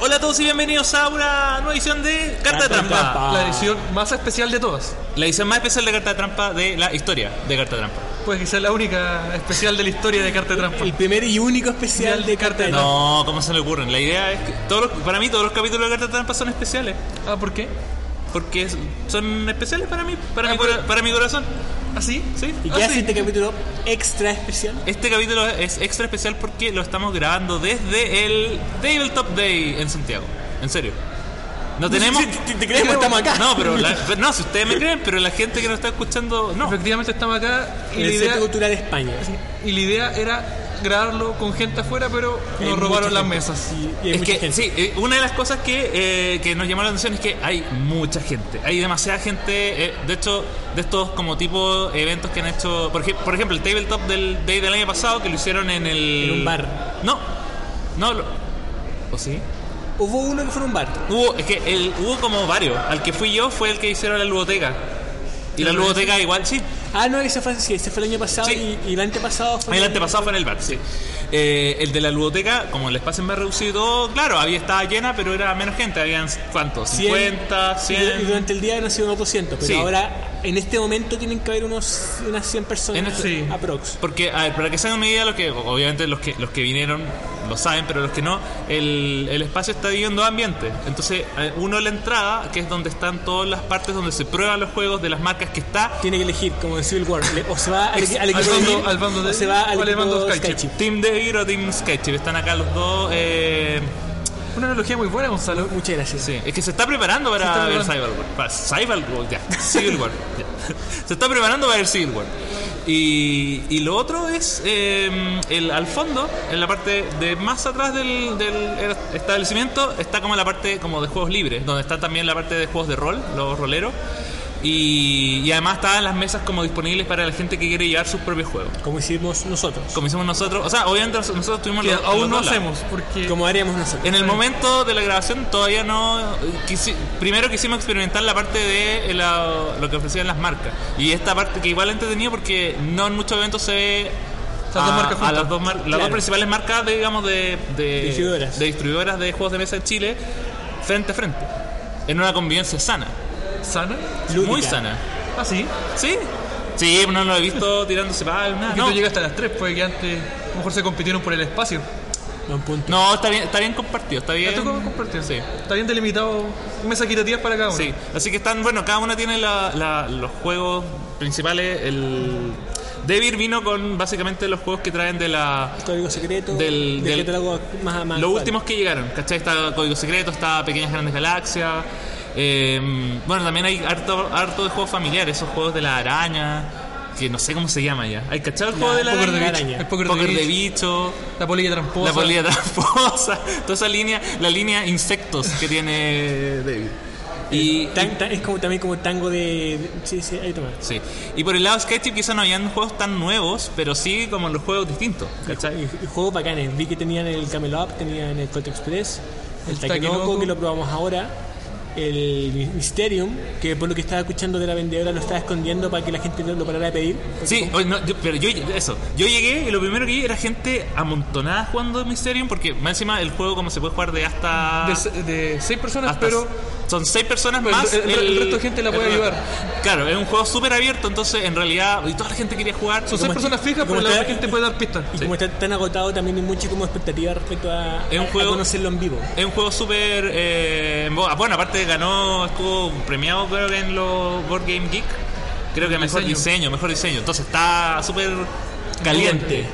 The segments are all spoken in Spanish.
Hola a todos y bienvenidos a una nueva edición de Carta de Trampa. Trampa. La edición más especial de todas. La edición más especial de Carta de Trampa de la historia de Carta de Trampa. Pues quizás la única especial de la historia de Carta de Trampa. El primer y único especial de Carta de Trampa. No, ¿cómo se le ocurren? La idea es que todos los- para mí todos los capítulos de Carta de Trampa son especiales. Ah, ¿por qué? Porque es- son especiales para mí, para, Ah, mi, pero- cora- para mi corazón. ¿Así? ¿sí? ¿Y Ah, qué hace sí. este capítulo extra especial? Este capítulo es extra especial porque lo estamos grabando desde el Tabletop Day en Santiago. En serio. No tenemos... Sí, te- te creemos, estamos acá. No, pero la- no, si ustedes me creen, pero la gente que nos está escuchando, no. Efectivamente estamos acá y En la, el Centro idea, Cultural de España. y la idea era grabarlo con gente afuera, pero Hay nos mucha robaron las gente. mesas. Y, y hay Es mucha que, gente. sí, eh, una de las cosas que, eh, que nos llamó la atención es que hay mucha gente, hay demasiada gente, eh, de hecho, de estos como tipo eventos que han hecho, por, ej- por ejemplo, el tabletop del Day del año pasado que lo hicieron en el... En un bar. No, no, lo- ¿o sí? Hubo uno que fue en un bar. Hubo, es que el, hubo como varios, al que fui yo fue el que hicieron la ludoteca. Y la ¿Pero ludoteca igual, sí, Ah, no, ese fue, sí, ese fue el año pasado Sí. y, y el antepasado fue. El antepasado fue en el bar, sí. Eh, el de la ludoteca, como el espacio es más reducido, y todo, claro, había estaba llena, pero era menos gente. Habían, ¿cuántos? 100, 50, Y, y 100. durante el día han sido unos 200, pero Sí. ahora en este momento tienen que haber unos, unas 100 En personas este- sí. aprox. Porque, a ver, para que se hagan una idea, los que, obviamente los que, los que vinieron lo saben, pero los que no, el, el espacio está dividido en dos ambientes. Entonces, eh, uno es la entrada, que es donde están todas las partes donde se prueban los juegos de las marcas que está. Tiene que elegir, como en Civil War, le- o se va al, equi- al equipo bando- Bill, al bando de o se va al o al equipo bando de Skychip. Skychip. Team Debir o Team Sketchy, están acá los dos. eh, Una analogía muy buena, Gonzalo. Muchas gracias. Sí, es que se está preparando para está ver preparando. Cyberwar. Para Cyberwar, ya. Civil War. ya. Se está preparando para ver Civil War. Y, y lo otro es eh, el, al fondo, en la parte de más atrás del, del establecimiento, está como la parte como de juegos libres, donde está también la parte de juegos de rol, los roleros. Y, y además estaban las mesas como disponibles para la gente que quiere llevar sus propios juegos. Como hicimos nosotros. Como hicimos nosotros. O sea, obviamente nos- nosotros tuvimos Que los- los aún no dos lados. hacemos, porque Como haríamos nosotros. En el momento de la grabación todavía no... quisi- primero quisimos experimentar la parte de eh, la- lo que ofrecían las marcas. Y esta parte que igual he entretenido porque no en muchos eventos se ve... Las dos a- marcas a juntas. las, dos mar- las dos Claro. principales marcas, de, digamos, de, de- Distribuidoras. de distribuidoras de juegos de mesa en Chile frente a frente. En una convivencia sana. sana. Ah, Lúdica. Muy sana. Así. ¿Sí? Sí, no lo he visto tirándose para nada. que Ah, No. tú llegas hasta las 3, puede que antes a lo mejor se compitieron por el espacio. Buen punto. No, está bien, está bien compartido, está bien. Ya Ah, tú cómo compartir. Sí. Está bien delimitado. Mesas equitativas para cada uno. Sí, así que están, bueno, cada una tiene la- la- los juegos principales. El Devir vino con básicamente los juegos que traen de la. Código secreto. Del- del del- catálogo más, más los actual. últimos que llegaron, ¿cachai? Está Código Secreto, está Pequeñas Grandes Galaxias. eh, bueno, también hay harto, harto de juegos familiares, esos juegos de la araña, que no sé cómo se llama ya. ¿Hay cachado el juego de la Poker de araña? araña. El Poker, póker de, de, bicho, bicho. La polilla tramposa. La polilla tramposa, toda esa línea, la línea insectos que tiene David. Y, Tan- tan- es como también como tango de. de- sí, sí, ahí toma. Sí. Y por el lado Sketchup quizás no habían juegos tan nuevos, pero sí como los juegos distintos. ¿cachai? Y, y juegos bacanes. Vi que tenían el Camel Up, tenían el Colt Express, el El Takenoko. Takenoko que lo probamos ahora, el Mysterium, que por lo que estaba escuchando de la vendedora lo estaba escondiendo para que la gente no lo parara de pedir. porque Sí, como- oye, no, yo- pero yo eso. Yo llegué y lo primero que vi era gente amontonada jugando Mysterium porque más encima el juego como se puede jugar de hasta de, se- de seis personas, hasta- pero son seis personas pero más. el- el- el resto de gente la puede el- ayudar. Claro, es un juego súper abierto, entonces en realidad y toda la gente quería jugar. son seis como- personas y fijas, como pero la está- otra gente puede dar pistas. Y como está tan agotado, también hay mucha como expectativa respecto a, Es un a- a juego- conocerlo en vivo. Es un juego súper. eh, en boga. bueno, aparte ganó, estuvo premiado creo que en los Board Game Geek. Creo que mejor diseño, Diseño. mejor diseño. Entonces está súper caliente.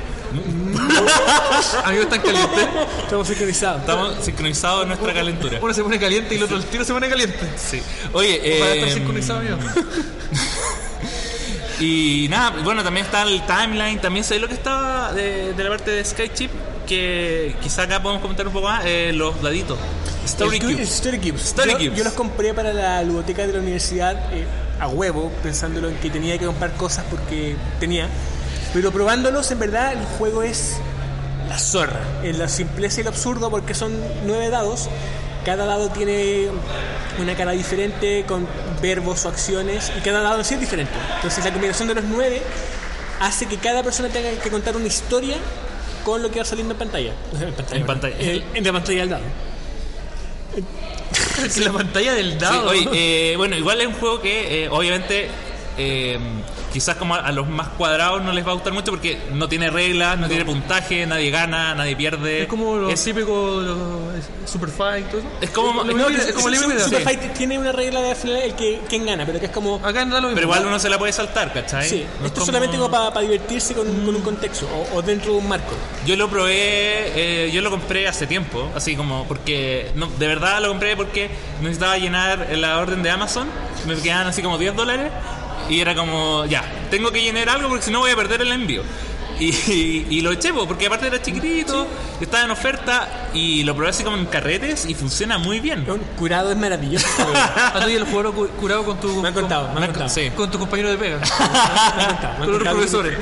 Amigos están calientes. Estamos sincronizados. Estamos sincronizados en nuestra calentura. Uno se pone caliente y el otro el tiro se pone caliente. Sí. Oye, Para eh, estar sincronizado, amigo. Y nada, pues, bueno, también está el timeline, también sé lo que estaba de, de la parte de Skychip, que quizá acá podemos comentar un poco más, eh, los daditos. Story El Cube- Cube. el Story Cubes. Story yo, Cubes. yo los compré para la biblioteca de la universidad eh, a huevo, pensándolo en que tenía que comprar cosas porque tenía. Pero probándolos, en verdad, el juego es la zorra. En la simpleza y lo absurdo, porque son nueve dados. Cada dado tiene una cara diferente, con verbos o acciones, y cada dado en sí es diferente. Entonces, la combinación de los nueve hace que cada persona tenga que contar una historia con lo que va saliendo en pantalla. En pantalla. En pantalla. En, en la pantalla del dado. Es la pantalla del Sí, dado. oye, eh, bueno, igual es un juego que eh, obviamente eh, quizás como a, a los más cuadrados no les va a gustar mucho porque no tiene reglas, no, tiene puntaje, nadie gana, nadie pierde. es como los Es- típicos los Superfight y todo eso. Es como- no, Lo mismo pero- que- Ah, es como sí, libre sí, de- sí. Super Fight tiene una regla de al final el que quien gana, pero que es como. Acá anda lo mismo. pero igual uno se la puede saltar, ¿cachai? Sí, No es como- esto es solamente como para divertirse con, con un contexto o, o dentro de un marco. Yo lo probé, eh, yo lo compré hace tiempo, así como porque, no, de verdad lo compré porque necesitaba llenar la orden de Amazon, me quedaban así como 10 dólares y era como, ya, tengo que llenar algo porque si no voy a perder el envío. Y, y- y lo eché, po, porque aparte era chiquitito, estaba en oferta y lo probé así como en carretes y funciona muy bien. Un curado es maravilloso. Ah, tú y el jugador cu- curado con tu. me han contado, me han Con- contado. sí. Con, con tu compañero de pega. Me han contado, me han con los contado. profesores.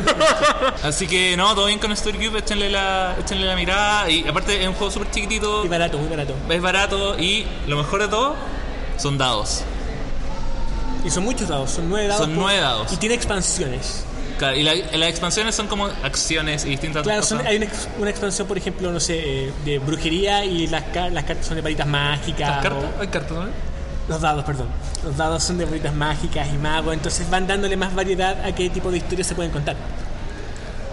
Así que no, todo bien con Story Cube, échenle la, échenle la mirada y aparte es un juego súper chiquitito. Y barato, muy barato. Es barato y lo mejor de todo son dados. Y son muchos dados, son nueve dados. Son nueve dados. Y tiene expansiones. Claro, y la- las expansiones son como acciones y distintas Claro, son- cosas. hay una, ex- una expansión, por ejemplo, no sé, eh, de brujería y las, ca- las cartas son de varitas mágicas. Las cartas. o- Hay cartas, ¿no? los dados, perdón. Los dados son de varitas mágicas y magos, entonces van dándole más variedad a qué tipo de historias se pueden contar.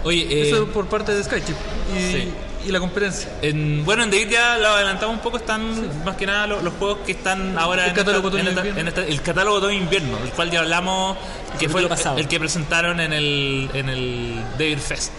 Oye, eh, Eso por parte de Skychip. Y, Sí. y la competencia. en- bueno, en David ya lo adelantamos un poco, están más que nada lo- los, juegos que están ahora El en, esta- catálogo otoño en esta- invierno. en esta- el catálogo todo invierno, el cual ya hablamos, que El fue el, capítulo pasado. el que presentaron en el, en el David Fest.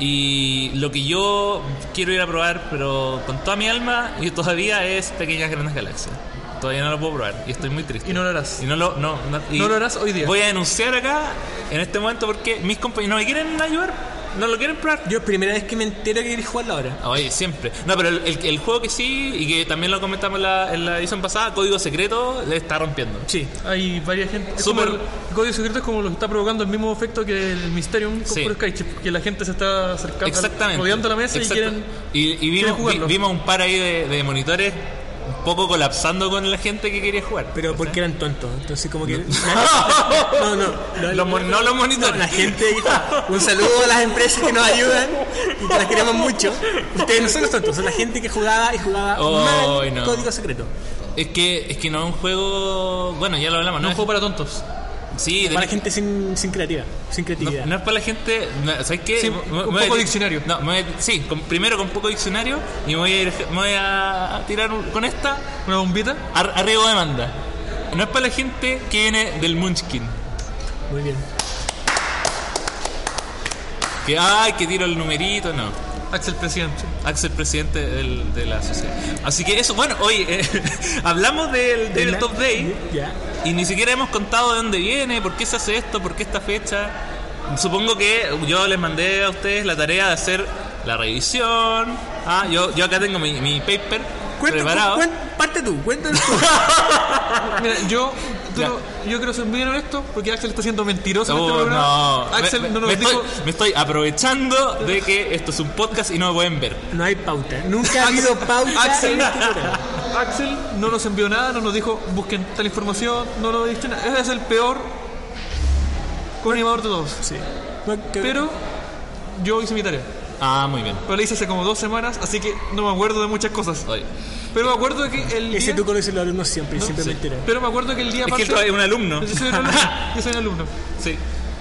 Y lo que yo quiero ir a probar, pero con toda mi alma, y todavía es Pequeñas Grandes Galaxias. Todavía no lo puedo probar y estoy muy triste. Y no lo harás. Y no lo, no, no, y No lo harás hoy día. Voy a denunciar acá en este momento porque mis compañeros no me quieren ayudar, no lo quieren probar. Yo, primera vez que me entero que queréis jugarlo ahora. Oye, siempre. No, pero el, el- el juego que sí, y que también lo comentamos en la, en la edición pasada, Código Secreto, le está rompiendo. Sí. Hay varias gente. es Súper. como el, el código secreto es como lo está provocando el mismo efecto que el Mysterium con Sí. puro Skychip. Que la gente se está acercando. Exactamente. Rodeando la mesa Exacto. y quieren. Y- y vimos, vi- jugarlo. vimos un par ahí de, de monitores un poco colapsando con la gente que quería jugar. Pero porque eran tontos, entonces como que... No, no. no, Los mon- no los monitores. La gente, un saludo a las empresas que nos ayudan y que las queremos mucho. Ustedes no son los tontos, son la gente que jugaba y jugaba Oh, mal no. código secreto. Es que, es que no es un juego. Bueno, ya lo hablamos, No ¿no? es un juego para tontos. Sí, Para tenés- gente sin, sin creativa, sin No, creatividad. no es para la gente. no, ¿Sabes qué? Sí, Me- un me- me poco voy a- diccionario. No, me voy a- sí, con- primero con poco diccionario y me voy a, ir- me voy a tirar un- con esta Una bombita. ar- arriba de demanda. No es para la gente que viene del Munchkin. Muy bien. Que, ay, que tiro el numerito, no. Axel presidente. Axel, presidente del- de la sociedad. Así que eso, bueno, hoy hablamos del, del la- Top Day Ya. y ni siquiera hemos contado de dónde viene, por qué se hace esto, por qué esta fecha. Supongo que yo les mandé a ustedes la tarea de hacer la revisión. Ah, yo, yo acá tengo mi, mi paper Cuenta, preparado. cu- cuen- parte tú, cuéntanos tú. Mira, yo, tú Ya. no- yo quiero ser bien honesto porque Axel está siendo mentiroso en Oh, este programa. no. Axel me, no nos me dijo. estoy, me estoy aprovechando de que esto es un podcast y no me pueden ver. No hay pauta, nunca ha habido pauta. Axel, en este programa. Axel no nos envió nada, no nos dijo busquen tal información, no nos dijo nada. Ese es el peor coanimador de todos. Sí. No, que- Pero yo hice mi tarea. Ah, muy bien. Pero la hice hace como dos semanas, así que no me acuerdo de muchas cosas. Oye, Pero me acuerdo de que el Ese día. tú conoces los alumnos siempre, y siempre Sí. me enteran. Pero me acuerdo que el día Es que parte- él todavía es un alumno. Yo soy un alumno. Yo soy un alumno. Sí,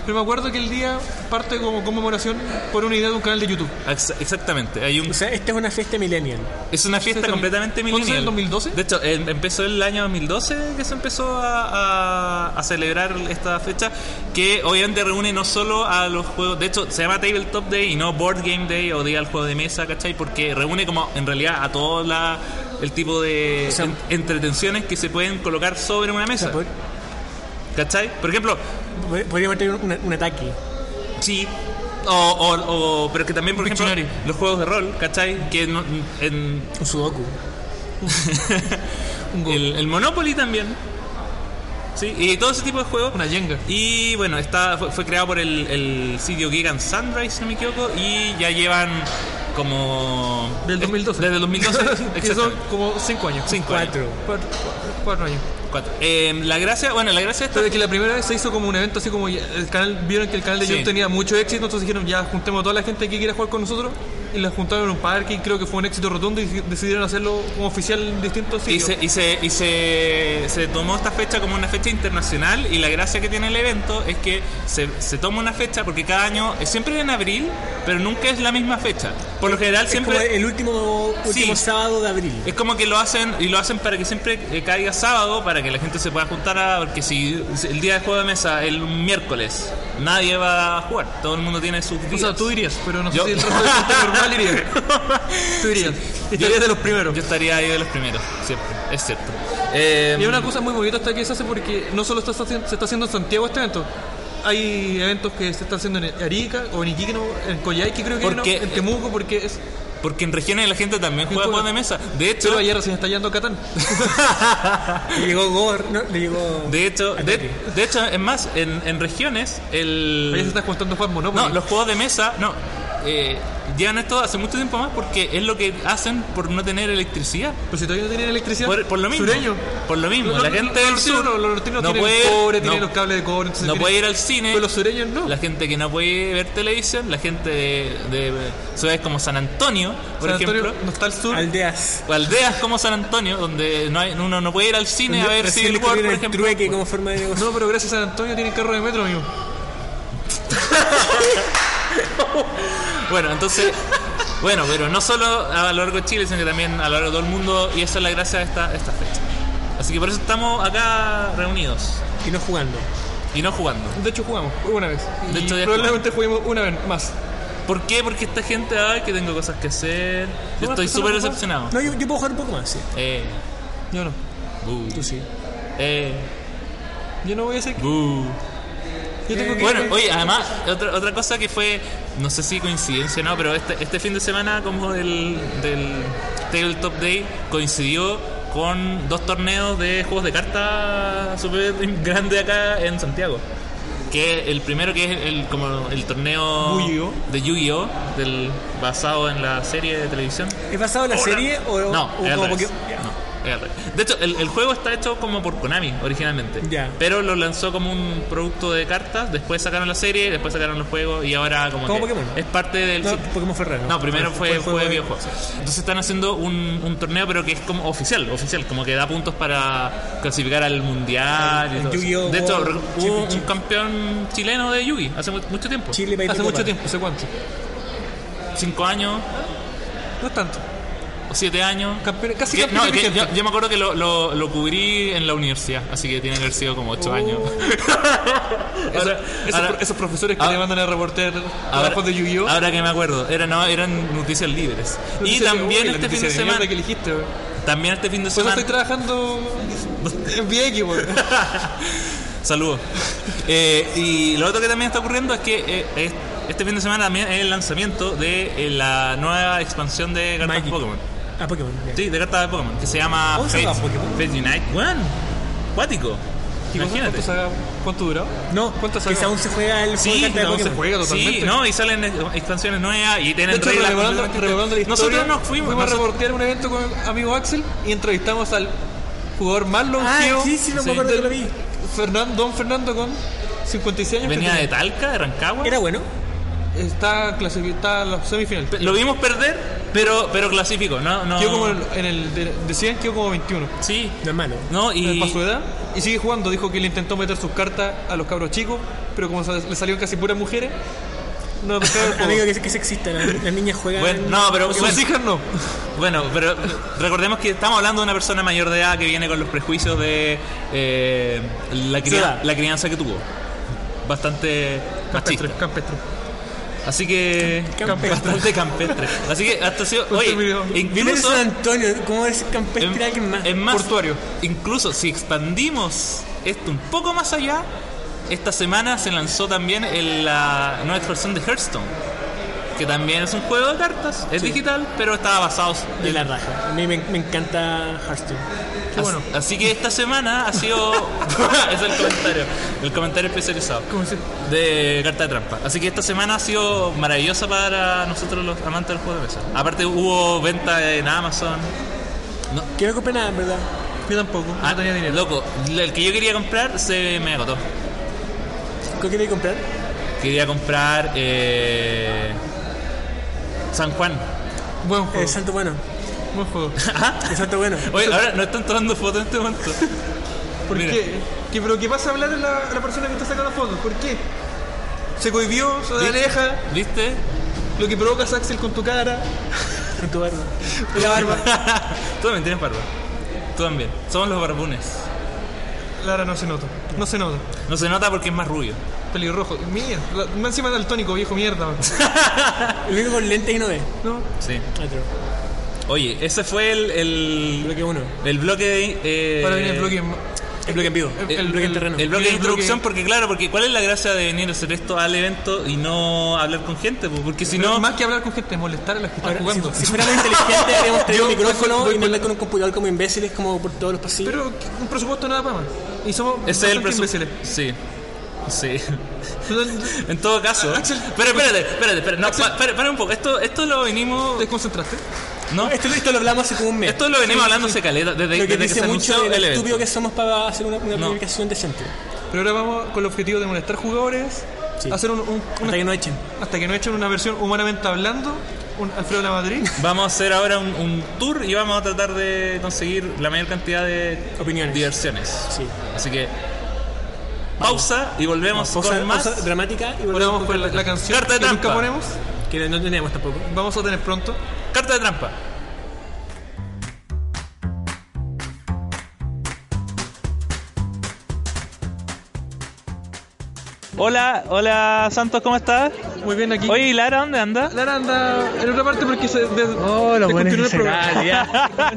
Pero me acuerdo que el día parte como conmemoración por una idea de un canal de YouTube. ex- exactamente. Hay un O sea, esta es una fiesta millennial. Es una fiesta ¿Cuándo completamente salió? millennial. ¿2012? De hecho, em- empezó el año 2012 que se empezó a, a- a celebrar esta fecha, que obviamente reúne no solo a los juegos, de hecho se llama Tabletop Day y no Board Game Day o Día del Juego de Mesa, ¿cachai? Porque reúne como en realidad a todo la- el tipo de sea, en- entretenciones que se pueden colocar sobre una O sea, mesa, pod- ¿cachai? Por ejemplo, pod- podríamos tener un, un ataque. Sí. O, o- o- pero que también, por Un ejemplo, diccionario. los juegos de rol, ¿cachai? Que no- en, Un sudoku. Go. el, el Monopoly también. Sí, y todo ese tipo de juegos. Una yenga. Y bueno, está, fue, fue creado por el, el sitio Geek and Sunrise, si no me equivoco, y ya llevan como... Del 2012. Desde el 2012. que son exactamente. como 5 años. Cinco Cuatro. años. Cuatro, cuatro años. Cuatro. Eh, la gracia, bueno, la gracia Pero de es que la primera vez se hizo como un evento así como ya- el canal, vieron que el canal de Sí. YouTube tenía mucho éxito, entonces dijeron ya juntemos a toda la gente que quiera jugar con nosotros y la juntaron en un parque y creo que fue un éxito rotundo y decidieron hacerlo como oficial en distintos Y, sitios. se, y, se, y se, se tomó esta fecha como una fecha internacional y la gracia que tiene el evento es que se, se toma una fecha porque cada año es siempre en abril, pero nunca es la misma fecha. Por lo general Es siempre... como el último, Sí. último sábado de abril. Es como que lo hacen y lo hacen para que siempre eh, caiga sábado, para que la gente se pueda juntar, a- porque si si el día de juego de mesa, el miércoles, nadie va a jugar, todo el mundo tiene sus O días. sea, tú irías, pero no Yo- sé si el resto de gente normal iría. Tú irías. Estarías de los primeros. Yo estaría ahí de los primeros, siempre, es cierto. Eh, Y es una cosa muy bonita esta que se hace porque no solo está, está haci- se está haciendo en Santiago este evento. Hay eventos que se están haciendo en Arica o en Iquique, no, en Coyhaique creo que hay uno, Porque- en Temuco porque es... Porque en regiones la gente también juega Sí, juegos juega. de mesa. De hecho, Pero ayer recién está yendo a Catán. Le llegó Gor, no, le llegó. de hecho, de, Ataque. de hecho, es más, en, en regiones el Ayer se está contando Juan No, Monopoly. los juegos de mesa, no. Eh, llevan esto hace mucho tiempo más porque es lo que hacen por no tener electricidad. Pero si todavía no tienen electricidad. Por, por lo mismo. Sureño. Por lo mismo. Los- la los- gente los del nortinos sur no, los nortinos no tienen puede, el cobre, tienen no- los cables de cobre. entonces no tienen- puede ir al cine. Pero los sureños no. La gente que no puede ver televisión, la gente de, de ciudades como San Antonio, por San Antonio ejemplo. no está al sur. Aldeas. O aldeas como San Antonio, donde no hay- uno no puede ir al cine a ver Recién Civil le War, por escribieron el ejemplo. trueque como forma de negocio. No, pero gracias a San Antonio tienen carro de metro, amigo. Bueno, entonces, bueno, pero no solo a lo largo de Chile, sino que también a lo largo de todo el mundo, y esa es la gracia de esta, esta fecha. Así que por eso estamos acá reunidos Y no jugando. y no jugando. De hecho jugamos una vez. De Y hecho, ya probablemente juguemos una vez más. ¿Por qué? Porque esta gente, ay, que tengo cosas que hacer. Yo estoy súper decepcionado. No, yo, yo puedo jugar un poco más, sí. Eh, Yo no. bu, Tú sí. eh, Yo no voy a decir que... bu. Yo tengo que... Uh. Bueno, oye, además, otra, otra cosa que fue, no sé si coincidencia o no, pero este, este fin de semana, como del, del Tabletop Day, coincidió con dos torneos de juegos de cartas súper grandes acá en Santiago. Que el primero, que es el, como el torneo Yu-Gi-Oh. de Yu-Gi-Oh! del- basado en la serie de televisión. ¿Es basado en la serie o.? No, o es al como revés. porque- ya. No, es al revés. De hecho, el, el juego está hecho como por Konami originalmente. Ya. Pero lo lanzó como un producto de cartas, después sacaron la serie, después sacaron los juegos y ahora como Como que Pokémon. es parte del... No, sí. Pokémon fue raro. No, primero fue, fue, el juego de- videojuegos. Entonces están haciendo un, un torneo, pero que es como oficial, oficial, como que da puntos para clasificar al mundial. y El todo eso. Yu-Gi-Oh! De hecho, World re- hubo un Championship. campeón chileno de Yugi hace mu- mucho tiempo. Chile va a ir Hace de mucho copa. tiempo, ¿hace cuánto? Cinco años No es tanto. o siete años. Campeón- casi Que- campeón no, que vigente. yo, yo me acuerdo que lo, lo, lo cubrí en la universidad, así que tiene que haber sido como 8 años. Eso- Ahora- esos, ahora- Oh. pro- esos profesores que ahora- le mandan a reporter ahora- trabajos de Yu-Gi-Oh! Ahora que me acuerdo, era, no, eran noticias libres. y Noticias de- también uy, la este fin noticia de semana. mierda que elegiste, weón. También este fin de Pues yo semana. estoy trabajando en VX, weón. Saludos. Eh, y lo otro que también está ocurriendo es que eh, es- este fin de semana también es el lanzamiento de eh, la nueva expansión de cartas Magic. Pokémon. Ah, Pokémon. ya. Sí, de cartas de Pokémon, que se llama ¿Cómo se Fate, llama Pokémon? Fate Unite. Weón, cuático. ¿Y cuánto- Imagínate. ¿Cuánto, saga- cuánto duró? No, ¿Cuántas que sagas? aún se juega el Sí, juego de cartas de aún se Pokémon. juega. totalmente. Sí, no, y salen eh, expansiones nuevas y tienen De hecho, reglas revelando, completamente- revelando la historia, Nosotros nos fuimos, a nosotros- reportear un evento con amigo Axel y entrevistamos al jugador más longevo. Ah, sí, sí, no me Sí. acuerdo que lo vi. Fernando, don Fernando con 56 años. que venía de tenía. Talca, de Rancagua. Era bueno. Está clasificada a la semifinal. Lo vimos perder, pero pero clasificó, no no. Quedó como en el, en el de- decían quedó como 21. Sí. No es malo. No, y Para su edad, y sigue jugando. Dijo que le intentó meter sus cartas a los cabros chicos, pero como sa- le salieron casi puras mujeres, no pescaron el juego. Amigo, que, que sexista. Las, las niñas juegan. Bueno, no, pero Sus bueno, hijas no. bueno, pero recordemos que estamos hablando de una persona mayor de edad que viene con los prejuicios de eh, la, cria- Su edad. la crianza que tuvo. Bastante machista. Campestre, campestre. Así que Campestre. bastante campestre. Así que hasta ha sido, Un oye, término. Dile incluso San Antonio, ¿cómo es campestre a alguien más? es más, Portuario. Incluso si expandimos esto un poco más allá, esta semana se lanzó también el, la nueva expansión de Hearthstone, que también es un juego de cartas, es digital, pero está basado De en la raja. A mí me, me encanta Hearthstone. As- Así que esta semana ha sido. es el comentario. El comentario especializado. ¿Cómo se- De carta de trampa. Así que esta semana ha sido maravillosa para nosotros los amantes del juego de mesa. Aparte hubo venta en Amazon. Que no compré nada, en verdad. Yo tampoco, no tenía dinero. Loco, el que yo quería comprar se me agotó. ¿Qué quería comprar? Quería comprar. eh, San Juan. Buen Oh. juego. El santo bueno. Buen juego. El santo bueno. Oye, ahora no están tomando fotos en este momento. ¿Por Mira. qué? ¿Qué- ¿Pero qué pasa a hablar a la, a la persona que está sacando fotos? ¿Por qué? Se cohibió, se aleja, ¿Viste? lo que provocas Axel con tu cara. Con tu barba. La barba. Tú también tienes barba. Tú también. Somos los barbunes. Lara no se nota. No se nota. No se nota porque es más rubio. Pelirrojo. Mía. la- Más encima del tónico, viejo mierda. El único con lentes y no ve. ¿No? Sí. Otro. Oye, ese fue el. el Bloque uno. el bloque de. eh, Para venir el bloque. en- El bloque en vivo. El- El, el- bloque en terreno. El bloque Sí, de el bloque- introducción, porque claro, porque ¿cuál es la gracia de venir a hacer esto al evento y no hablar con gente? Pues, Porque si no, Más que hablar con gente, molestar a las que están Ahora, jugando. si, si fuéramos inteligentes, deberíamos tener Yo un voy- micrófono voy y no con- andar con un computador como imbéciles, como por todos los pasillos. Pero ¿qué- un presupuesto nada para más. Y somos ese es el bastante imbéciles. presupuesto. Sí. Sí. Entonces, En todo caso. Ah, Axel. Pero espérate, espérate, espérate. No, pa- para, para un poco. Esto, esto lo venimos. ¿Te desconcentraste? ¿No? Esto, esto lo hablamos hace como un mes. Esto lo venimos hablando hace caleta, desde, lo que desde que dice se mucho anunció de el lo evento. estúpido que somos para hacer una, una No. publicación decente. Pero ahora vamos con el objetivo de molestar jugadores, Sí. hacer un, un- una- Hasta que no echen. hasta que nos echen una versión humanamente hablando, un Alfredo La Madrid. Vamos a hacer ahora un, un tour y vamos a tratar de conseguir la mayor cantidad de Opiniones. diversiones. Sí. Así que pausa y volvemos Pausa, con más. pausa dramática y Ahora volvemos. vamos con la, la canción Carta de que nunca trampa. ponemos. Que no tenemos tampoco. Vamos a tener pronto. Carta de trampa. Hola, hola Santos, ¿cómo estás? Muy bien aquí. Oye, Lara, ¿dónde andas? Lara anda en otra parte porque se. De, descontinuó el programa. Ah,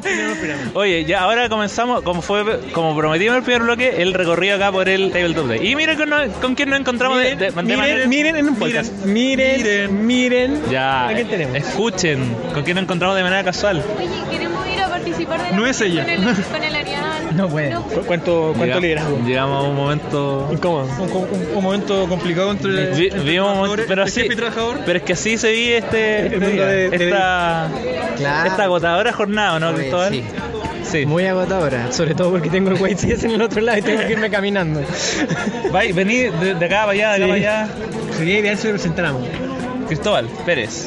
Oye, ya ahora comenzamos, como fue, como prometí en el primer bloque, el recorrido acá por el Tabletop Day. Y mira con, con quién nos encontramos Ah, de- de, de manera- en un podcast. Miren, miren. Ya, ¿A quién tenemos? escuchen, con quién nos encontramos de manera casual. Oye, queremos ir a participar de la No es ella. Con el, con el Arián. No puede. ¿Cu- ¿Cuánto, cuánto Llegamos- liderazgo? Llegamos a un momento... Incómodo. Un, un- un momento complicado entre. Vi- entre vi un momento, trabajadores, pero el así, jefe y trabajador. pero es que así se vive este, este mundo día, de- de- esta, Claro. esta agotadora jornada, ¿no, Oye, Cristóbal? sí. Sí. Muy agotadora. Sobre todo porque tengo el White CS en el otro lado y tengo que irme caminando. Vai, vení de, de acá para allá, de acá Sí. para allá. Sería ideal si lo presentáramos. Cristóbal Pérez,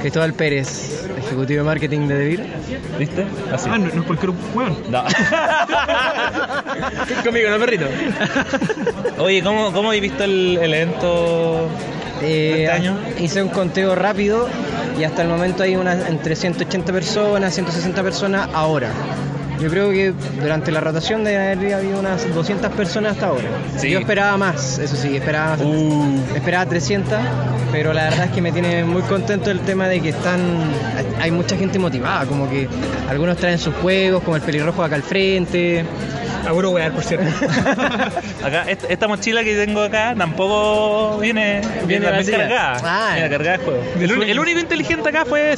Cristóbal Pérez, ejecutivo de marketing de DeVir. ¿viste? Así. Ah, no, no es cualquier weón. No. Conmigo, no perrito. Oye, ¿cómo, cómo has visto el, el evento? Eh, ¿Este año? Hice un conteo rápido y hasta el momento hay unas entre 180 personas, 160 personas ahora. Yo creo que durante la rotación debe haber habido unas 200 personas hasta ahora. Sí. Yo esperaba más, eso sí, esperaba más. Uh, Esperaba 300, pero la verdad es que me tiene muy contento el tema de que están. Hay mucha gente motivada, como que algunos traen sus juegos, como el pelirrojo acá al frente. Ahora voy a dar, por cierto. acá, est- esta, mochila que tengo acá tampoco viene, viene, Viene también vacía. cargada. Ah. Viene cargada de juegos. El, uni- el único inteligente acá fue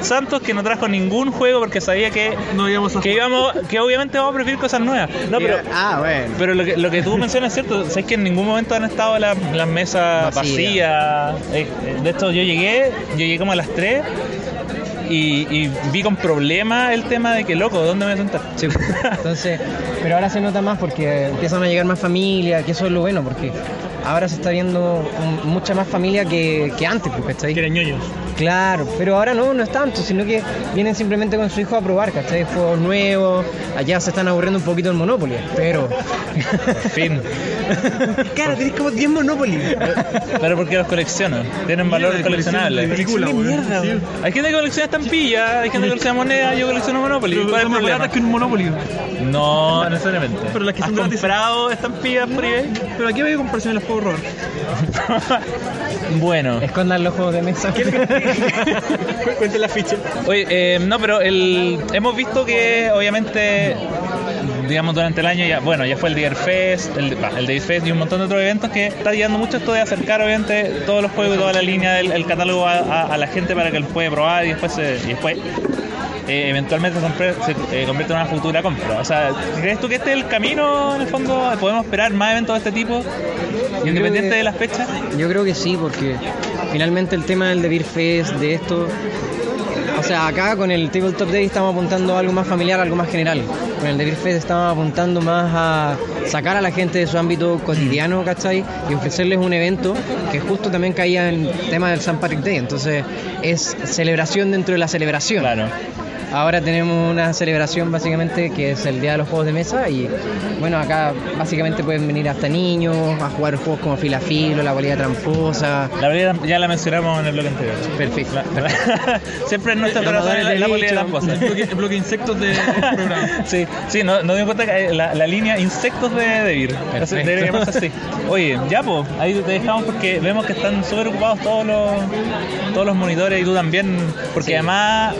Santos que no trajo ningún juego porque sabía que, No íbamos a. que íbamos, que obviamente vamos a preferir cosas nuevas. No, pero ah, bueno. Pero lo que, lo que tú mencionas es cierto, sabes que en ningún momento han estado las las mesas Vacía. vacías. Eh, eh, De hecho, yo llegué, yo llegué como a las 3 y, y vi con problema el tema de que, loco, ¿dónde me voy a sentar? Sí, entonces, pero ahora se nota más porque empiezan a llegar más familia, que eso es lo bueno, porque ahora se está viendo mm, mucha más familia que, que antes, pues, ¿cachai? Que eran ñoños. Claro, pero ahora no, no es tanto, sino que vienen simplemente con su hijo a probar, ¿cachai? Juegos nuevos, allá se están aburriendo un poquito el Monopoly, pero... Fin. claro, tenés como 10 Monopoly. Claro, porque los colecciono, tienen valor coleccionable. Película, mierda, weón. weón. Hay gente que colecciona estampillas, hay gente que colecciona monedas, yo colecciono Monopoly. Pero ¿Cuál es el son más problema? baratas que un Monopoly. No, no necesariamente. Pero las que ¿Has son gratis. comprado Mm. estampillas por eBay? Pero aquí voy a comparación las puedo robar. Bueno. Escondan los juegos de mesa. Cuenta la ficha. Oye, eh, no, pero el, hemos visto que obviamente, digamos, durante el año, ya, bueno, ya fue el Digger Fest, el, bah, el Days Fest y un montón de otros eventos que está ayudando mucho esto de acercar, obviamente, todos los juegos y toda la línea del el catálogo a, a- a la gente para que los puede probar y después, se- y después eh, eventualmente se, compre- se, eh, convierte en una futura compra. O sea, ¿crees tú que este es el camino, en el fondo? ¿Podemos esperar más eventos de este tipo, que- independiente de las fechas? Yo creo que sí, porque finalmente el tema del Debir Fest, de esto, O sea, acá con el Tabletop Day estamos apuntando a algo más familiar, algo más general. Con el Devil Fest estamos apuntando más a sacar a la gente de su ámbito cotidiano, ¿cachai? Y ofrecerles un evento que justo también caía en tema del San Patrick Day. Entonces, es celebración dentro de la celebración. Claro. Ahora tenemos una celebración básicamente que es el Día de los Juegos de Mesa y bueno, acá básicamente pueden venir hasta niños a jugar juegos como Fila Filo, La Bolilla Tramposa, La bolera ya la mencionamos en el bloque anterior. Perfecto. La- Siempre en nuestra Los amadores la, del la bolera de las bicho. cosas. El bloque, el bloque insectos del programa. Sí, sí, no, no me importa que eh, la, la línea insectos de Debir. Así- Perfecto. Deberíamos así. Oye, ya pues, ahí te dejamos porque vemos que están súper ocupados todos los, todos los monitores y tú también. Porque además,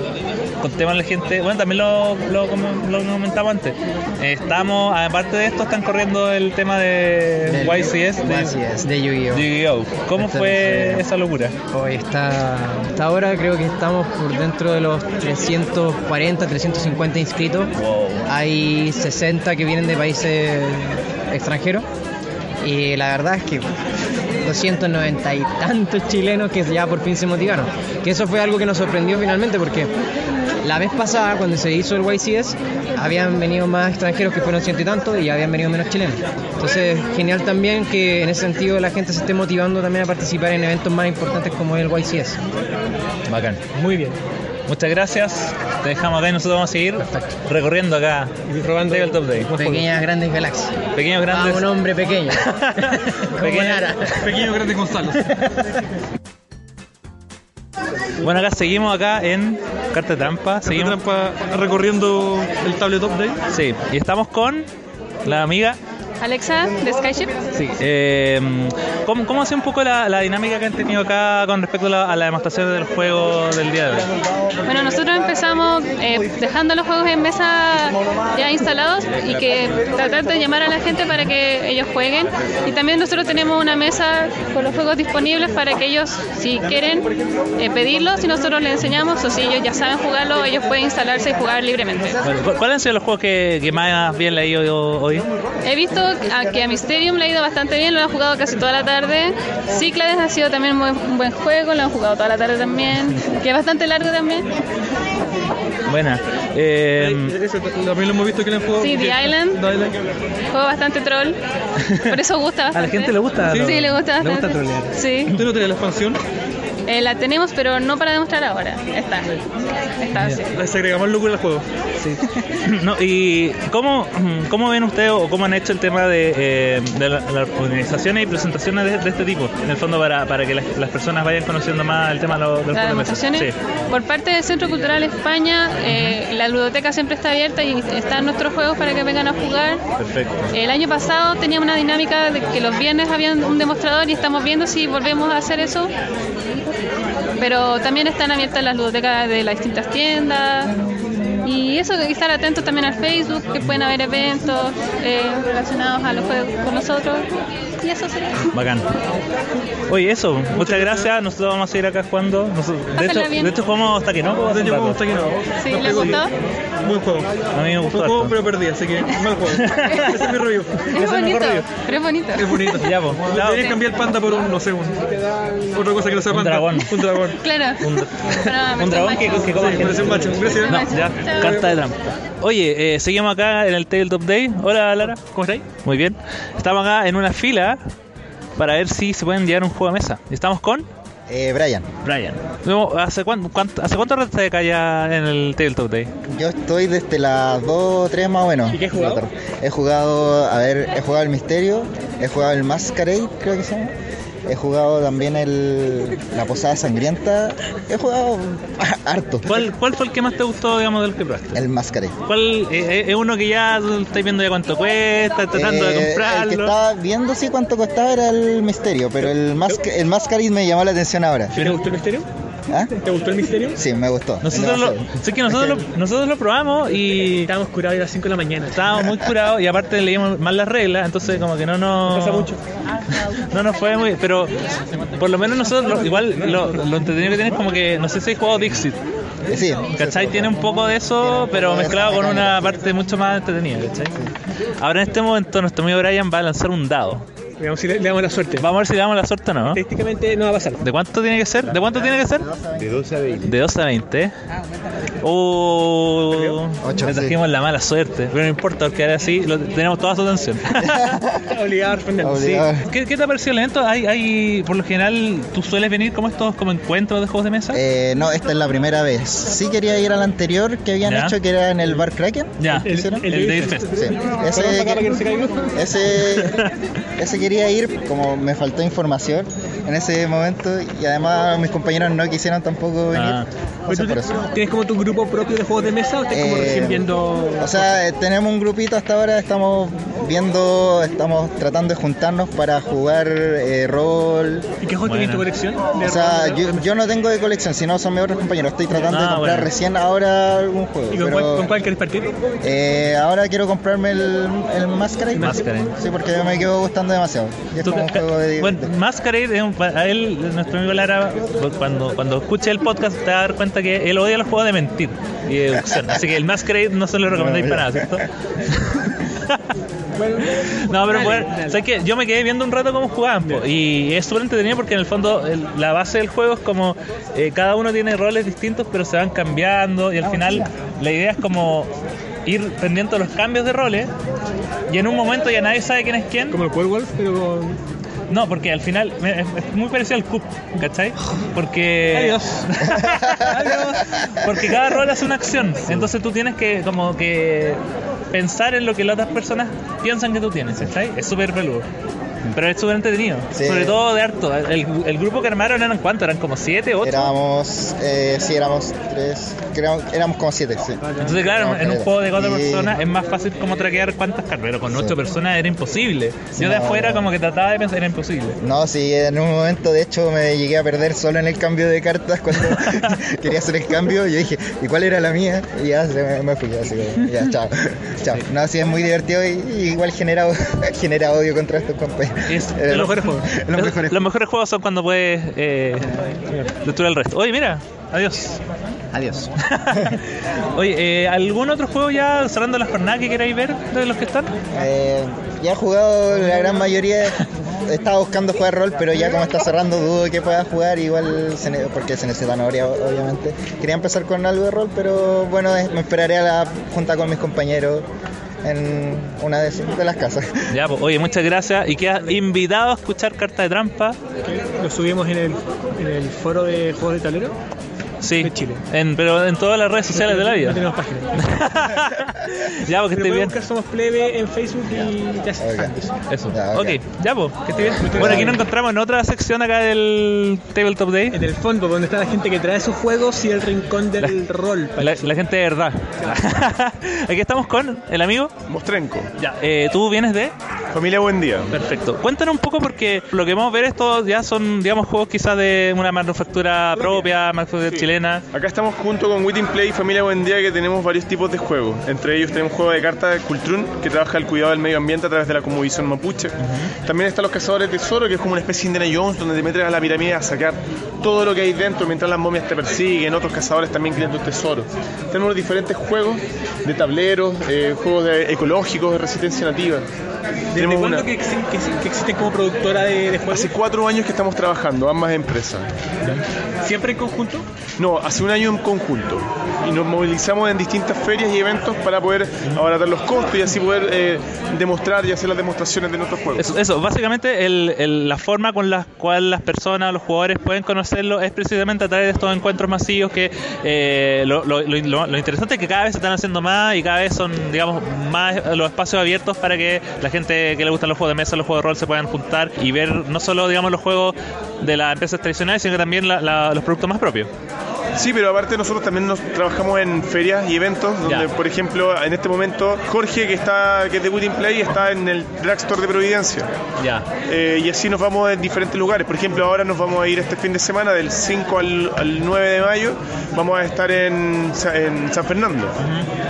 contemos a la gente, bueno, también lo, lo, com- lo comentamos antes. Estamos, aparte de esto, están corriendo el tema de Del- YCS, de YCS, de Yu-Gi-Oh! Yu-Gi-Oh! ¿Cómo fue Entonces- esa locura? Hoy está, hasta ahora creo que estamos por dentro de los 340, 350 inscritos. Wow. Hay 60 que vienen de países extranjeros. Y la verdad es que 290 y tantos chilenos que ya por fin se motivaron. Que eso fue algo que nos sorprendió finalmente porque la vez pasada cuando se hizo el YCS habían venido más extranjeros que fueron ciento y tantos y habían venido menos chilenos. Entonces genial también que en ese sentido la gente se esté motivando también a participar en eventos más importantes como el YCS. Bacán. Muy bien. Muchas gracias. Te dejamos acá y nosotros vamos a seguir recorriendo acá. Robando el Top Day. Pequeñas grandes galaxias. Pequeños A grandes. un hombre pequeño. Como Pequeño- Nara. Pequeño grande Gonzalo. Bueno, acá seguimos acá en Carta de Trampa. Carta seguimos. trampa recorriendo el tabletop de ahí. Sí. Y estamos con la amiga. Alexa, de Skyship. Sí. ¿cómo, cómo ha sido un poco la, la dinámica que han tenido acá con respecto a la, a la demostración del juego del día de hoy? Bueno, nosotros empezamos eh, dejando los juegos en mesa ya instalados y que tratar de llamar a la gente para que ellos jueguen. Y también nosotros tenemos una mesa con los juegos disponibles para que ellos, si quieren, eh, pedirlos y nosotros les enseñamos. O si ellos ya saben jugarlo, ellos pueden instalarse y jugar libremente. Bueno, ¿cu- ¿Cuáles han sido los juegos que, que más bien leí hoy? hoy? He visto a que a Mysterium le ha ido bastante bien, lo han jugado casi toda la tarde. Cyclades ha sido también muy- un buen juego, lo han jugado toda la tarde también, que es bastante largo también. Buena. Eh, Eh, ese También lo hemos visto que le han jugado. Sí, The Island. The Island. Juego bastante troll, por eso gusta bastante. a la gente le gusta. Sí, le gusta Le gusta bastante. trolear. Sí, ¿Usted no tiene la expansión? Eh, la tenemos, pero no para demostrar ahora. Está. Está, sí. Les agregamos locura al juego. No, ¿Y cómo, cómo ven ustedes o cómo han hecho el tema de, eh, de la- las organizaciones y presentaciones de, de este tipo? En el fondo, para, para que las, las personas vayan conociendo más el tema de los de los las juegos de mesa. demostraciones. Por parte del Centro Cultural España, eh, la ludoteca siempre está abierta y están nuestros juegos para que vengan a jugar. Sí, perfecto. El año pasado tenía una dinámica de que los viernes había un demostrador y estamos viendo si volvemos a hacer eso. Pero también están abiertas las ludotecas de las distintas tiendas. Y eso, y estar atentos también al Facebook, que pueden haber eventos eh, relacionados a los juegos con nosotros. Y eso sería. Bacán. Oye, eso, muchas, gracias. Nosotros vamos a seguir acá jugando. Nosotros- de, Pásenla hecho, bien. de hecho, jugamos hasta que no. De hecho, me A gusta que no. Sí, No ¿les perdí. gustó? Buen juego. mí me Buen juego, gustó. pero perdí, así que mal juego. Ese es mi review. Es bonito, ruido. pero es bonito. Es bonito. Ya, pues. po. Deberías Claro. cambiar el panda por un, no sé, un, otra cosa que no sea Un panda. dragón. Un dragón. Claro. Un, Para un dragón que, que coma Sí, gente. parece un macho. Gracias. No, ya, Chao. carta de trampa. Oye, eh, seguimos acá en el Tabletop Day. Hola, Lara. ¿Cómo estáis? Muy bien. Estamos acá en una fila para ver si se pueden llevar un juego de mesa. Estamos con Eh, Brian, Brian. Vemos, ¿Hace cuánto, cuánto, ¿Hace cuánto rato estás acá ya en el Tabletop Day? yo estoy este desde las 2 o 3 más o menos. ¿Y qué has jugado? de la tarde. He jugado, a ver, he jugado el Misterio, he jugado el Masquerade, creo que se llama. He jugado también el, la Posada Sangrienta. He jugado harto. ¿Cuál, ¿Cuál fue el que más te gustó, digamos, del que probaste? El Masquerade. ¿Cuál eh, eh, es uno que ya estáis viendo ya cuánto cuesta, estás tratando de Eh, El que comprarlo? estaba viendo sí cuánto costaba era el Misterio, pero el, Masca- el Masquerade me llamó la atención ahora. ¿Te gustó el misterio? ¿Ah? ¿Te gustó el misterio? Sí, me gustó. Nosotros lo, Demasiado. sé que nosotros lo, nosotros lo probamos y Estábamos curados a las 5 de la mañana. estábamos muy curados y aparte leímos mal las reglas, entonces como que no nos... Pasa mucho. No nos fue muy... Pero por lo menos nosotros, lo- igual lo, lo entretenido que tiene es como que, no sé si he jugado Dixit, Sí, ¿cachai? Tiene un poco de eso, pero mezclado con una parte mucho más entretenida, ¿cachai? Ahora en este momento nuestro amigo Brian va a lanzar un dado. Veamos si le, le damos la suerte. Vamos a ver si le damos la suerte o no. Estadísticamente no va a pasar. ¿De cuánto tiene que ser? ¿De cuánto tiene que ser? De 12 a 20. De 2 a 20. Oh, Ocho, le sí. trajimos la mala suerte. Pero no importa, porque ahora sí lo- tenemos toda su atención. Obligado a responder. Sí. Obligado. ¿Qué, qué te ha parecido el evento? Hay, hay, por lo general, ¿tú sueles venir como estos como encuentros de juegos de mesa? Eh, no, esta es la primera vez. Sí quería ir al anterior que habían Ya. hecho, que era en el Bar Kraken. ya, ¿Lo el, hicieron? el Dave Fest. Sí. Ese, ese, ese quería ir, como me faltó información en ese momento y además mis compañeros no quisieron tampoco venir. Ah. Entonces, por Pero eso. tú ¿Tienes como tu grupo propio de juegos de mesa o estás como Eh, recién viendo.? O sea, eh, tenemos un grupito hasta ahora, estamos viendo, estamos tratando de juntarnos para jugar eh, rol. ¿Y qué juegos tienes en tu colección? de O sea, rol? yo, yo no tengo de colección, sino son mis otros compañeros. Estoy tratando de Ah, comprar bueno. recién ahora algún juego. ¿Y con, cuál, pero, con cuál querés partir? eh, ahora quiero comprarme el, el Masquerade. Masquerade. Sí, porque me quedó gustando demasiado. Y es Tú como un te- juego de- bueno, de Masquerade es un- a él, nuestro amigo Lara, cuando, cuando escuche el podcast te va a dar cuenta que él odia los juegos de mentir y deducción. Así que el Masquerade no se lo recomendáis para nada, ¿cierto? No, pero bueno, ¿sabes qué? Yo me quedé viendo un rato cómo jugaban po, y es súper entretenido porque en el fondo el- la base del juego es como eh, cada uno tiene roles distintos pero se van cambiando Ah, y al final la idea es como ir pendiente de los cambios de roles y en un momento ya nadie sabe quién es quién. Como el Cold Wolf, pero con. No, porque al final me- es es muy parecido al CUP, ¿cachai? Porque. Adiós. Adiós. Porque cada rol hace una acción. Entonces tú tienes que, como que, pensar en lo que las otras personas piensan que tú tienes, ¿cachai? Es súper peludo. Pero es súper entretenido. Sí. Sobre todo de harto. El, el grupo que armaron eran cuánto? Eran como siete, ocho. Éramos, eh, sí, éramos tres, creo, éramos como siete, sí. Entonces, claro, Éramos en un caleta. juego de cuatro Y- personas es más fácil como traquear cuántas cartas, pero con ocho personas era imposible. Sí, Yo de no, afuera no. como que trataba de pensar, era imposible. No, sí, en un momento de hecho me llegué a perder solo en el cambio de cartas cuando quería hacer el cambio. Yo dije, ¿y cuál era la mía? Y ya se me, me fui, así que ya, chao. chao. No, sí, es muy divertido y, y igual genera, genera odio contra estos compañeros. Es Eh, de los mejores juegos. de los mejores. Los mejores juegos son cuando puedes eh, destruir el resto. Oye, mira, adiós. Adiós. Oye, eh, ¿algún otro juego ya cerrando la jornada que queráis ver de los que están? Eh, ya he jugado la gran mayoría. Estaba buscando jugar rol, pero ya como está cerrando, dudo que pueda jugar. Igual, se ne- porque se necesitan horas, obviamente. Quería empezar con algo de rol, pero bueno, eh, me esperaré a la junta con mis compañeros en una de, de las casas. Ya, pues, oye, muchas gracias. Y quedas invitado a escuchar Carta de Trampa. Lo subimos en el, en el foro de juegos de tablero. Sí, De Chile. en- pero en todas las redes sociales de la No vida. tenemos página. ya, porque Pero esté pueden bien. buscar Somos Plebe en Facebook y ya se Oiga. Eso. Ya, ok. ok, ya, pues, que esté bien. Bueno, aquí nos encontramos en otra sección acá del Tabletop Day. En el fondo, donde está la gente que trae sus juegos y el rincón del rol. La, la gente de verdad. Aquí estamos con el amigo. Mostrenco. Ya, eh, tú vienes de. Familia Buen Día. Perfecto. Cuéntanos un poco porque lo que vamos a ver estos ya son, digamos, juegos quizás de una manufactura propia, manufactura Sí. chilena. Acá estamos junto con Witting Play y Familia Buen Día que tenemos varios tipos de juegos. Entre ellos tenemos juego de cartas Cultrun que trabaja el cuidado del medio ambiente a través de la comovisión mapuche. También están los cazadores de tesoro que es como una especie de Indiana Jones donde te metes a la pirámide a sacar todo lo que hay dentro mientras las momias te persiguen. Otros cazadores también crean tus tesoros. Tenemos diferentes juegos de tableros, eh, juegos de- ecológicos de resistencia nativa. ¿Desde Tenemos cuándo una- que, existen, que, exi- que existen como productora de, de juegos? Hace cuatro años que estamos trabajando, ambas empresas. ¿Siempre en conjunto? No, hace un año en conjunto. Y nos movilizamos en distintas ferias y eventos para poder abaratar los costos y así poder eh, demostrar y hacer las demostraciones de nuestros juegos. Eso, eso, básicamente el- el- la forma con la cual las personas, los jugadores pueden conocerlo es precisamente a través de estos encuentros masivos que eh, lo, lo- lo- lo- lo interesante es que cada vez se están haciendo más y cada vez son, digamos, más los espacios abiertos para que la gente que le gustan los juegos de mesa, los juegos de rol se puedan juntar y ver no solo, digamos, los juegos de las empresas tradicionales, sino que también la- la- los productos más propios. Sí, pero aparte nosotros también nos trabajamos en ferias y eventos donde, Ya. por ejemplo, en este momento Jorge, que está que es de Wooting Play, está en el Dragstore de Providencia. Ya. Eh, y así nos vamos en diferentes lugares. Por ejemplo, ahora nos vamos a ir este fin de semana, del 5 al, al 9 de mayo, vamos a estar en, Sa- en San Fernando.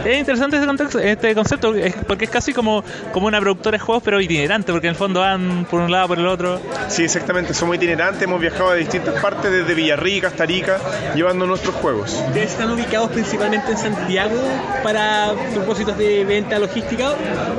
Es interesante este, contexto- este concepto es- porque es casi como, como una productora de juegos pero itinerante porque en el fondo van por un lado por el otro. Sí, exactamente, somos itinerantes, hemos viajado a distintas partes, desde Villarrica hasta Arica, llevando nuestros juegos. Ustedes están ubicados principalmente en Santiago para propósitos de venta logística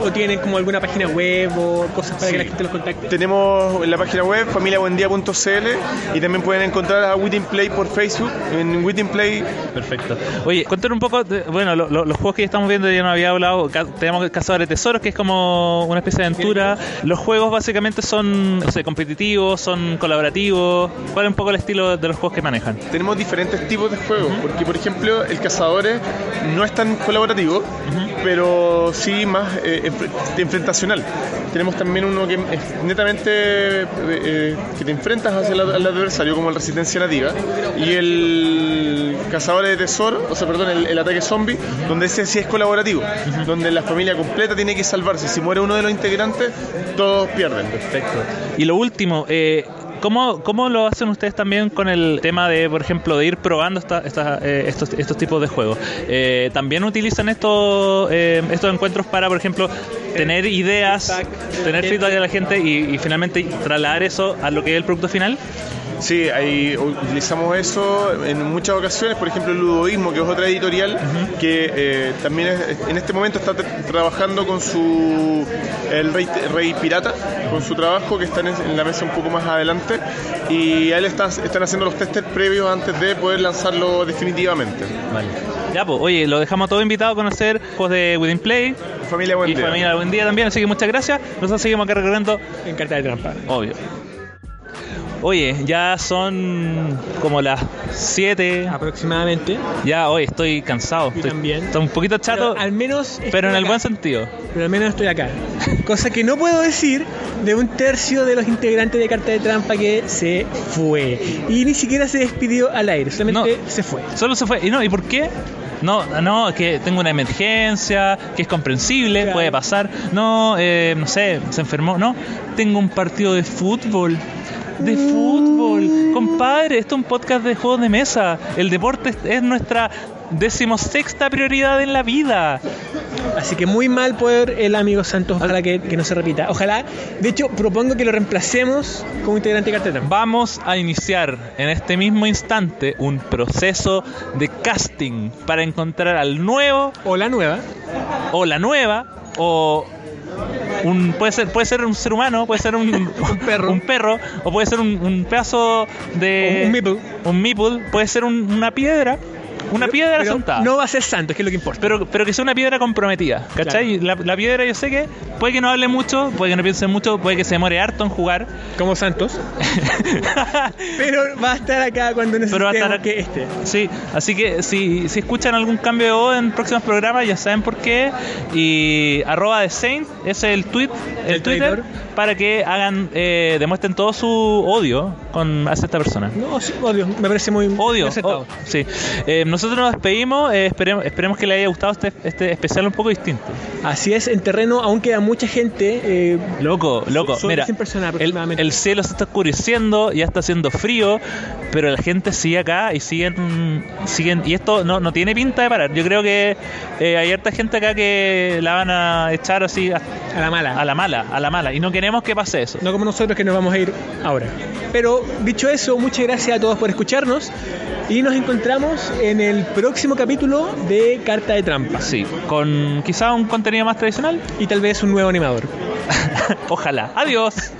o tienen como alguna página web o cosas para que la gente los contacte. Tenemos en la página web familiabuendía.cl y también pueden encontrar a Within Play por Facebook. En Within Play Perfecto. Oye, cuéntanos un poco, de- bueno, lo- lo- los juegos que estamos viendo ya no había hablado, ca- tenemos Cazadores de Tesoros, que es como una especie de aventura. Los juegos básicamente son, no sé, competitivos, son colaborativos. ¿Cuál es un poco el estilo de los juegos que manejan? tenemos diferentes tipos de juegos, porque por ejemplo el Cazadores no es tan colaborativo, pero sí más eh, enf- de enfrentacional. Tenemos también uno que es netamente eh, eh, que te enfrentas hacia el, al adversario, como el Resistencia Nativa, y el Cazadores de Tesoro, o sea, perdón, el, el Ataque Zombie, donde ese sí es colaborativo, donde la familia completa tiene que salvarse. Si muere uno de los integrantes, todos pierden. Perfecto. Y lo último, eh, ¿cómo, ¿cómo lo hacen ustedes también con el tema de, por ejemplo, de ir probando esta- esta- eh, estos, estos tipos de juegos? Eh, ¿También utilizan estos, eh, estos encuentros para, por ejemplo, tener ideas, feedback. tener feedback de la gente y, y finalmente trasladar eso a lo que es el producto final? Sí, ahí utilizamos eso en muchas ocasiones, por ejemplo el Ludoísmo, que es otra editorial que eh, también es- en este momento está tra- trabajando con su el Rey, Rey Pirata, con su trabajo que está en, en la mesa un poco más adelante y a él está- están haciendo los testes previos antes de poder lanzarlo definitivamente. Vale. Ya, pues, oye, lo dejamos a todos invitados a conocer juegos de Within Play Familia buen y día. familia Buen Día también, así que muchas gracias. Nosotros seguimos acá recorriendo En carta de trampa. Obvio. Oye, ya son como las 7. Aproximadamente. Ya hoy estoy cansado. Estoy, Ah, también. estoy un poquito chato, Pero al menos. estoy pero en el acá. buen sentido. Pero al menos estoy acá. Cosa que no puedo decir de un tercio de los integrantes de Carta de Trampa que se fue. Y ni siquiera se despidió al aire, solamente No. se fue. Solo se fue. ¿Y no? ¿Y por qué? No, no, es que tengo una emergencia, que es comprensible, Claro. puede pasar. No, eh, no sé, se enfermó. No, tengo un partido de fútbol. De fútbol. Compadre, esto es un podcast de juegos de mesa. El deporte es nuestra decimosexta prioridad en la vida. Así que muy mal por el amigo Santos. Ojalá que, que no se repita. Ojalá. De hecho, propongo que lo reemplacemos como integrante de Carta de Trampa. Vamos a iniciar en este mismo instante un proceso de casting para encontrar al nuevo O la nueva. o la nueva o un puede ser puede ser un ser humano, puede ser un, perro, un perro o puede ser un, un pedazo de Un- un meeple. un meeple, puede ser un- una piedra, una piedra Pero sentada. No va a ser Santos, que es lo que importa. Pero, pero que sea una piedra comprometida, ¿cachai? La, la piedra yo sé que puede que no hable mucho, puede que no piense mucho, puede que se demore harto en jugar. Como Santos. Pero va a estar acá cuando Pero va a necesitemos estar que esté. Sí, así que si, si escuchan algún cambio de voz en próximos programas, ya saben por qué. Y arroba de Saint es el tweet, el, El Twitter, traidor. para que hagan, eh, demuestren todo su odio con, hacia esta persona. No, oh, sí, odio. Me parece muy muy Odio. acertado. o- oh, sí. Eh, nosotros nos despedimos, eh, esperemos, esperemos que les haya gustado este, este especial un poco distinto. Así es, en terreno aún queda mucha gente. eh, Loco, loco, Son mira, 100 personas el, aproximadamente. el cielo se está oscureciendo, ya está haciendo frío, pero la gente sigue acá y siguen, siguen y esto no, no tiene pinta de parar. Yo creo que eh, hay harta gente acá que la van a echar así a, a la mala. a la mala, a la mala, y no queremos que pase eso. No como nosotros que nos vamos a ir ahora. Pero dicho eso, muchas gracias a todos por escucharnos y nos encontramos en el próximo capítulo de Carta de Trampas Sí, con quizá un contenido más tradicional. y tal vez un nuevo animador. Ojalá. Adiós.